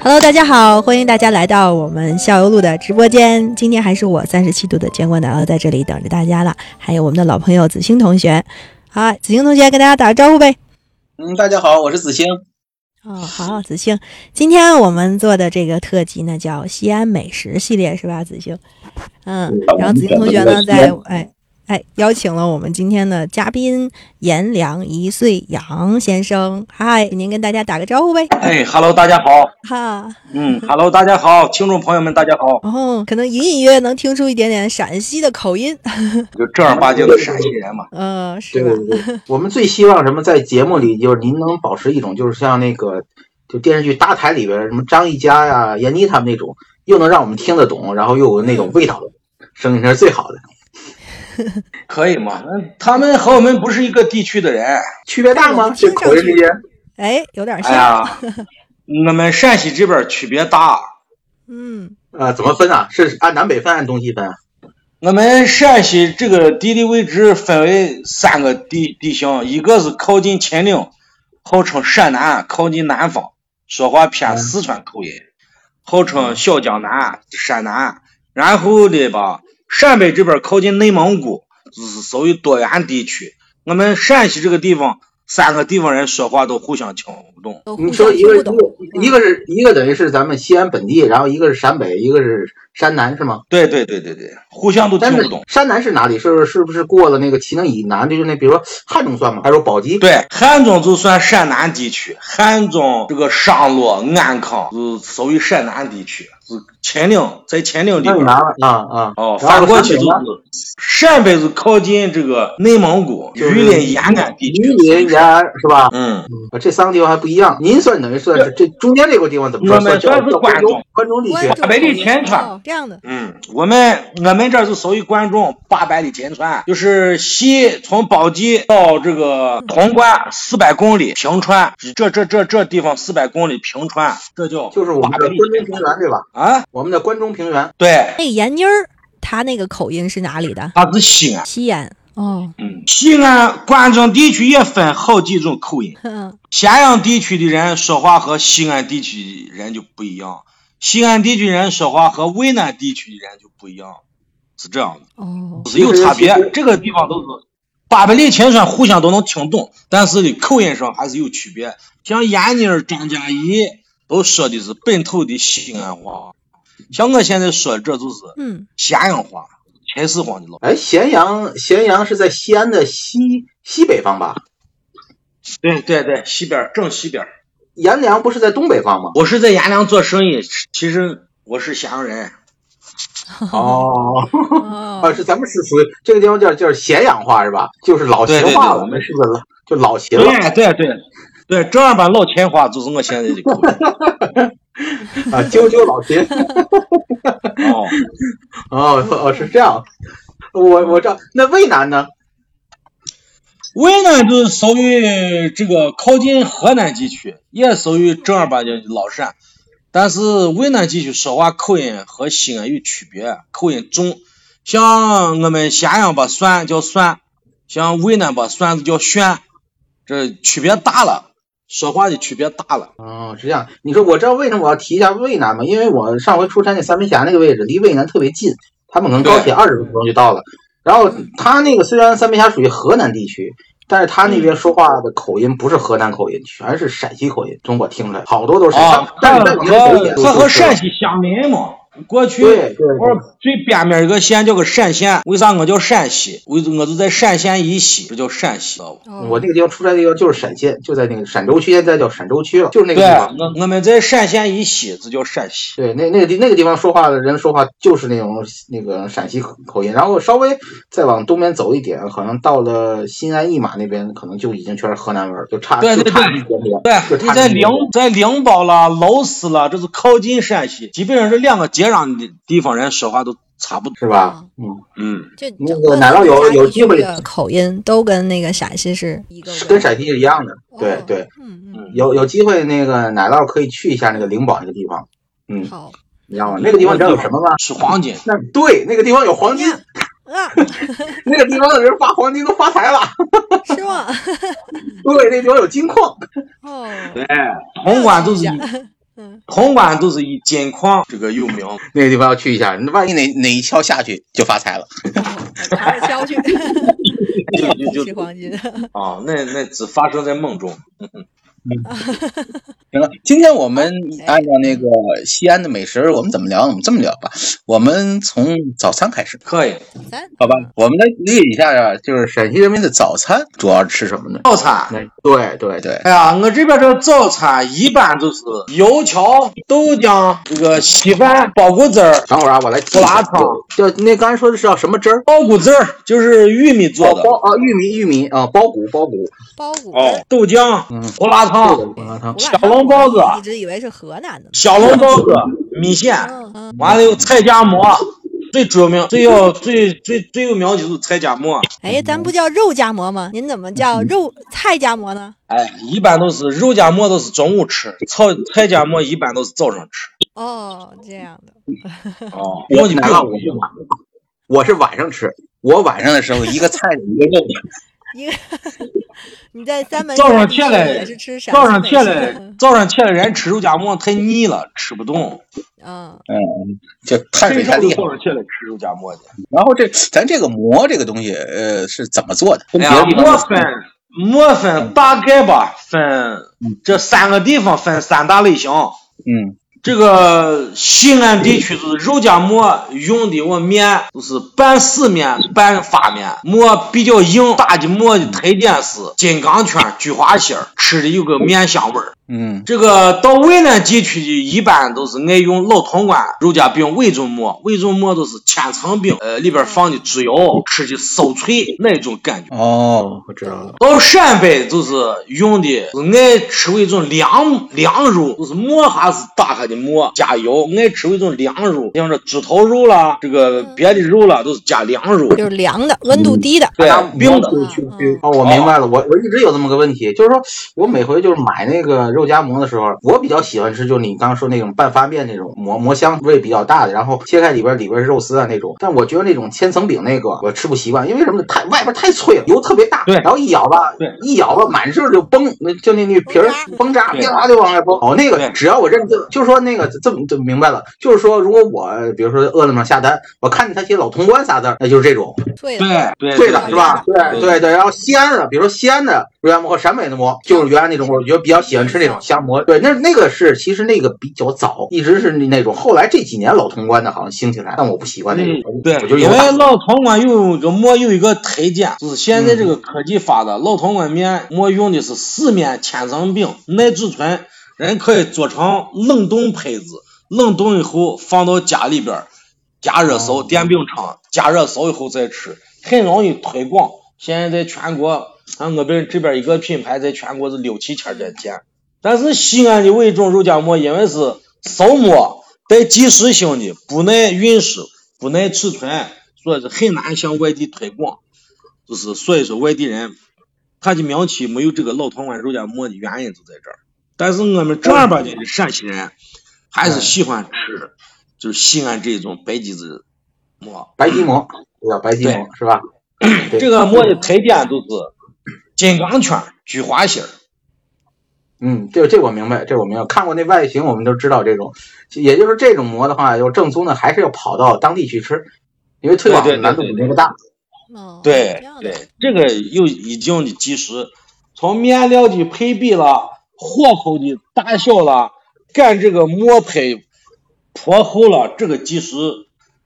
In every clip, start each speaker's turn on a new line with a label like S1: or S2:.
S1: Hello，大家好，欢迎大家来到我们校友路的直播间。今天还是我三十七度的监管奶酪在这里等着大家了，还有我们的老朋友子欣同学。好，子欣同学跟大家打个招呼呗。
S2: 嗯，大家好，我是子星。
S1: 哦，好，子欣，今天我们做的这个特辑呢叫西安美食系列，是吧，子欣？嗯，然后子欣同学呢在哎哎邀请了我们今天的嘉宾颜良一岁杨先生。嗨，您跟大家打个招呼呗。
S2: 哎哈喽，大家好。
S1: 哈。
S2: 嗯哈喽，大家好，听众朋友们，大家好。
S1: 哦，可能隐隐约约能听出一点点陕西的口音，
S2: 就正儿八经的陕西人嘛。
S1: 呃，
S3: 对
S1: 是吧？
S3: 对对，我们最希望什么，在节目里就是您能保持一种，就是像那个就电视剧搭台里边儿什么张艺嘉呀、闫妮他们那种，又能让我们听得懂，然后又有那种味道的声音，那是最好的。
S2: 可以吗？那他们和我们不是一个地区的人。
S3: 区别大吗？嗯这口音之间，
S1: 哎，有点像，
S2: 哎呀，我们陕西这边区别大。
S1: 嗯，
S3: 啊，怎么分啊？是按南北分，按东西分啊？
S2: 我们陕西这个地理位置分为三个地地形，一个是靠近秦岭，号称陕南，靠近南方，说话偏
S3: 嗯
S2: 四川口音，号称小江南、陕南。然后呢吧，陕北这边靠近内蒙古，就是属于多元地区。我们陕西这个地方，三个地方人说话都互相听不懂。
S1: 都互
S3: 你
S1: 相
S3: 说一
S1: 听
S3: 个
S1: 不
S3: 一
S1: 懂
S3: 个。一个是一个等于是咱们西安本地，然后一个是陕北，一个是山南，是吗？
S2: 对对对对对，互相都
S3: 但
S2: 听
S3: 是
S2: 不懂。
S3: 山南是哪里？是不是是不是过了那个齐能以南，就是那比如说汉中算吗？还是说宝鸡？
S2: 对，汉中就算陕南地区，汉中这个商洛、安康是属于陕南地区，是秦岭，在秦岭里
S3: 那你
S2: 边
S3: 拿
S2: 儿。
S3: 了啊啊！
S2: 哦，
S3: 然后
S2: 反过去
S3: 陕
S2: 就
S3: 北
S2: 是
S3: 呢
S2: 陕北是靠近这个内蒙古、
S3: 就是
S2: 榆林、延安地区。
S3: 榆林、延安是吧？
S2: 嗯，
S3: 啊，这三个地方还不一样。您算等于算是这中间这个地方怎么
S2: 我
S3: 说？
S2: 们
S3: 算叫
S2: 算是
S3: 叫
S2: 关
S3: 关
S2: 中
S3: 中关中地区
S1: 观众
S2: 华北地
S1: 口音
S2: 天川
S1: 哦这样的，
S2: 嗯，我们我们这儿是属于关中八百里秦川，就是西从宝鸡到这个潼关四百公里平川，这这这这地方四百公里平川，这叫
S3: 就是我们
S2: 八
S3: 的
S2: 百
S3: 关
S2: 里
S3: 中平原对吧？
S2: 啊，
S3: 我们的关中平原，
S2: 对，
S1: 那哎闫妮儿她那个口音是哪里的？
S2: 它是西安。
S1: 西安 哦，
S2: 嗯，西安关中地区也分好几种口音。
S1: 哼
S2: 咸阳地区的人说话和西安地区人就不一样，西安地区人说话和渭南地区的人就不一样，是这样
S1: 哦，
S2: 的，是有差别。这个地方都是八百里秦川，互相都能听懂，但是呢，口音上还是有区别。像闫妮儿、张嘉译都说的是本土的西安话，像我现在说这就是
S1: 嗯，
S2: 咸阳话、秦始皇的老。
S3: 哎，咸阳，咸阳是在西安的西西北方吧？
S2: 对对对，西边儿正西边儿。
S3: 阎良不是在东北 方吗？
S2: 我是在阎良做生意，其实我是咸阳人。
S3: 哦，啊，
S1: 哦，
S3: 是咱们是属于这个地方叫叫咸阳话是吧？就是老秦
S2: 对对对
S3: 话了，
S2: 我们
S3: 是不是老就老秦了
S2: 对对对对，正儿八老秦话就是我现在的口音。
S3: 啊？啾啾老秦。
S2: 哦，
S3: 哦哦，是这样。我我知道，那渭南呢？
S2: 渭南就是属于这个靠近河南地区，也属于正儿八经的老陕，但是渭南地区说话口音和西安有区别，口音重。像我们咸阳把蒜叫蒜，像渭南把蒜叫炫，这区别大了，说话的区别大了。
S3: 哦，是这样。你说我知道为什么我要提一下渭南吗？因为我上回出差那三门峡那个位置离渭南特别近，他们可能高铁二十分钟就到了。然后他那个虽然三门峡属于河南地区，但是他那边说话的口音不是河南口音，全是陕西口音。从我听出来，好多都是。
S2: 啊，
S3: 但是
S2: 和
S3: 在我们北
S2: 他和
S3: 是
S2: 陕西相邻嘛，过去
S3: 对对
S2: 我说最边边一个县叫个陕县，为啥我叫陕西？为我是在陕县以西，这叫陕西，知道吧？
S1: 哦
S3: 我那个地方出差的地方就是陕县，就在那个陕州区，现在叫陕州区了，就是那个
S2: 对，
S3: 地方。
S2: 我我们在陕县以西，这叫陕西。
S3: 对，那那个地那个地方说话的人说话就是那种那个陕西口口音，然后稍微再往东边走一点，好像到了新安一马那边，可能就已经全是河南味儿，就差
S2: 对对
S3: 就差一点点。就
S2: 对，你
S3: 差
S2: 在
S3: 一点
S2: 灵
S3: 点
S2: 在灵宝啦、娄师啦，这是靠近陕西，基本上这两个接壤的地方人说话都差不多。
S3: 是吧？嗯，
S2: 嗯，
S1: 就
S3: 那
S1: 整
S3: 个
S1: 个
S3: 奶酪
S1: 东
S3: 有
S1: 三
S3: 有
S1: 地
S3: 机
S1: 区
S3: 会
S1: 的口音都跟那个陕西是一个味
S3: 是
S1: 儿
S3: 跟陕西是一样的。对
S1: 哦
S3: 对，
S1: 嗯嗯，
S3: 有有机会那个奶酪可以去一下那个灵宝那个地方，嗯，
S1: 好
S3: 你知道吗？那个地方你知道有什么吗？
S2: 是黄金。
S3: 那对，那个地方有黄
S2: 嗯
S3: 金，
S1: 啊，
S3: 那个地方的人发黄金都发财了。
S1: 是吗？
S2: 嗯
S3: 对，那地方有金矿。
S1: 哦，
S2: 对，潼关都是以
S1: 嗯，
S2: 潼关都是以金矿这个有名。
S3: 那个地方要去一下，那万一哪哪一锹下去就发财了。
S1: 我拿着锹去，
S2: 就 就
S1: 吃
S2: 就
S1: 黄金，
S2: 啊，那那只发生在梦中。
S4: 行了，今天我们按照那个西安的美食，我们怎么聊？我们这么聊吧，我们从早餐开始，
S2: 可以，
S1: 咱
S4: 好吧？我们来列一下啊，就是陕西人民的早餐主要是吃什么呢？
S2: 早餐。
S3: 对对对，
S4: 对，
S2: 哎呀，我这边这早餐一般就是油条、豆浆、这个稀饭、包谷汁儿、
S3: 等会儿啊，我来记
S2: 胡
S3: 一
S2: 辣
S3: 下。
S2: 汤、
S3: 就就那刚才说的是叫什么汁儿？
S2: 包谷汁儿，就是玉米做的。
S3: 包啊，玉米玉米啊，苞谷苞谷。
S1: 包谷
S2: 哦，豆浆、胡辣汤、
S3: 胡辣汤。
S1: 小
S2: 嗯笼包子
S1: 一直以为是河南的呢。
S2: 小笼包子、米
S3: 啊
S2: 线，
S1: 嗯嗯，
S2: 完了有菜夹馍。最著名、最有、最最最有名就是菜夹馍。
S1: 哎，咱不叫肉夹馍吗？您怎么叫
S3: 嗯
S1: 肉菜夹馍呢？
S2: 哎，一般都是肉夹馍都是中午吃，炒菜夹馍一般都是早上吃。
S1: 哦，这样的，
S2: 哦，
S3: 我
S2: 我就不
S3: 奶酪我是晚，我是晚上吃。我
S4: 晚
S3: 晚上
S4: 上的时候一个菜一个肉，
S1: 一个你在三门
S2: 早上
S1: 地
S2: 起
S1: 区
S2: 来
S1: 也是吃陕西
S2: 早上
S1: 美
S2: 起
S1: 食
S2: 来
S1: 的，
S2: 早上起来人吃肉夹馍太腻了，吃不动。
S1: 嗯，
S4: 就碳水太厉害
S2: 早。上起来吃肉夹馍的。
S4: 然后这咱这个馍这个东西，呃，是怎么做的？跟
S2: 哎
S4: 别
S2: 呀，
S4: 的地
S2: 馍
S4: 方
S2: 分馍分大概吧，分这三个地方分三大类型。
S4: 嗯，
S2: 这个西安地区就是肉夹馍用的我面就是半死面半发面，馍比较硬，打的馍的特点是金刚圈、菊花心儿，吃的有个面香味儿。
S4: 嗯，
S2: 这个到渭南地区一般都是爱用老潼关肉夹饼、味中馍，味中馍都是千层饼，呃，里边放的猪油，吃的酥脆那种感觉。
S4: 哦，
S3: 我知道了。
S2: 到陕北就是用的是爱吃为一种凉凉肉，就是馍还是打开的馍加油，爱吃为一种凉肉，像这猪头肉啦，这个别的肉啦都是加凉肉，
S1: 就是凉的，温
S2: 嗯
S1: 度低的，
S2: 对
S3: 啊，
S2: 冰的。
S1: 嗯嗯
S3: 哦，我明白了，我我一直有这么个问题，就是说我每回就是买那个肉夹馍的时候，我比较喜欢吃就是你刚刚说那种半发面那种馍馍香味比较大的，然后切开里边里边是肉丝啊那种，但我觉得那种千层饼那个我吃不习惯，因为什么呢？太外边太脆了，油特别大，
S2: 对
S3: 然后一咬吧
S2: 对，
S3: 一咬吧满是就崩，那就那那皮儿崩炸，
S2: 对
S3: 啪就往外崩。哦，那个
S2: 对
S3: 只要我认定，就是说那个这么就明白了，就是说如果我比如说饿了么下单，我看见他写老潼关仨字儿，那就是这种。
S1: 脆的，
S2: 对对
S3: 对
S2: 对
S3: 的是吧？对对对，然后西安的，比如说西安的肉夹馍和陕北的馍，就是原来那种，我觉得比较喜欢吃那种香馍。对，那那个是其实那个比较早，一直是那种，后来这几年老潼关的好像兴起来，但我不喜欢那种，我就
S2: 嗯对
S3: 我就，
S2: 因
S3: 有
S2: 为老潼关有一个馍有一个特点，就是现在这
S3: 嗯
S2: 个科技发达，老潼关面馍用的是四面千层饼，耐储存，人可以做成冷冻胚子，冷冻以后放到家里边儿加热熟，电饼铛加热熟以后再吃，很容易推广。现在在全国，俺我们这边一个品牌在全国是六七千家店，但是西安的魏种肉夹馍因为是熟馍，带即食性的，不耐运输，不耐储存，所以是很难向外地推广。就是所以说外地人他的名气没有这个老潼关肉夹馍的原因就在这儿。但是我们正儿八经的陕西人还是喜欢吃，就是西安这种白吉子馍。
S3: 白吉馍，对吧？白吉馍 是吧？对
S2: 这个馍的特点就是金刚圈、菊花心儿。
S3: 嗯，这这我明白，这我明白。看过那外形，我们都知道这种，也就是这种馍的话，要正宗的还是要跑到当地去吃，因为推广
S2: 对对对
S3: 难度比那个大。
S1: 哦，
S2: 对
S1: 这样的
S2: 对，这个有一定的基石，从面料的配比啦、火候的大小啦，干这个馍胚泼厚了，这个技术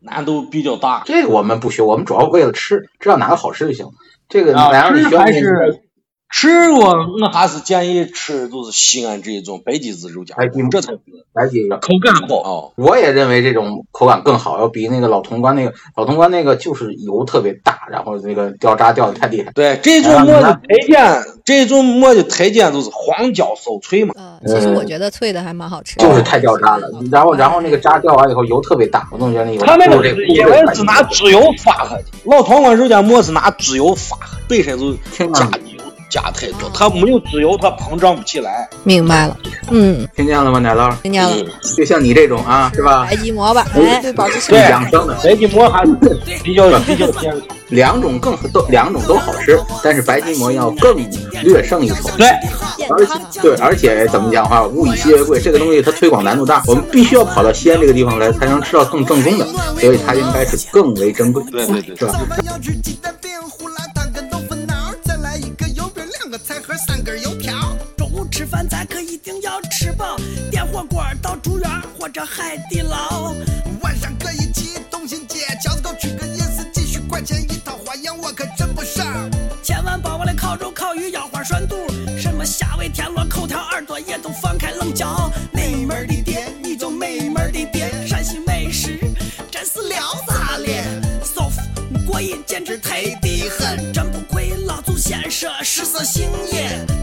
S2: 难度比较大。
S3: 这个我们不学，我们主要为了吃，知道哪个好吃就行。这个
S2: 啊
S3: 哪样你
S2: 吃
S3: 学
S2: 还
S3: 你
S2: 是吃我我还是建议吃就是西安这一种白底子肉夹
S3: 白底
S2: 馍，这才
S3: 来几个。
S2: 口感好哦。
S3: 我也认为这种口感更好，要比那个老潼关那个老潼关那个就是油特别大，然后那个掉渣掉的太厉害。
S2: 对，这种馍的特点，这种馍的特点就是黄焦酥脆嘛。
S1: 呃，其实我觉得脆的还蛮好吃的，
S3: 嗯就是太掉渣了，
S1: 嗯
S3: 然后然后那个渣掉完以后油特别大，我总觉得那油
S2: 他那
S3: 就
S2: 个
S3: 是这
S2: 是因为是拿猪油发的，老潼关肉夹馍是拿猪油发的，本身就
S3: 听
S2: 加
S3: 见
S2: 油加太多，它没有猪油它膨胀不起来。
S1: 明白了，嗯，
S3: 听见了吗，奶酪？
S1: 听见了，
S3: 就像你这种啊，嗯是吧？嗯
S1: 白吉馍吧，哎，
S3: 对，保持
S2: 对
S3: 养生的，
S2: 白吉馍还是比较比较健康。
S3: 两种更都两种都好吃，但是白吉馍要更略胜一筹。
S2: 对，
S1: 健
S3: 而
S1: 康
S3: 且对，而且怎么讲话，物以稀为贵，这个东西它推广难度大，我们必须要跑到西安这个地方来，才能吃到更正宗的，所以它应该是更为珍贵，
S2: 对对对
S3: 是吧？
S5: 咱们要吃鸡蛋饼、胡辣汤跟豆腐脑，再来一个油饼、两个菜盒、三根油条。中午吃饭咱可一定要吃饱，点火锅到竹园或者海底捞。晚上可以去东新街、桥子沟取个饮食，几十块钱一套，花样我可真不少。千万别忘了烤肉、烤鱼、腰花、涮肚，什么虾尾、田螺、扣条、耳朵也都放开冷嚼。美门的店你就美门的店，陕西美食真是聊啥了。豆腐过瘾，简直忒的很，真不愧老祖先说食色性也。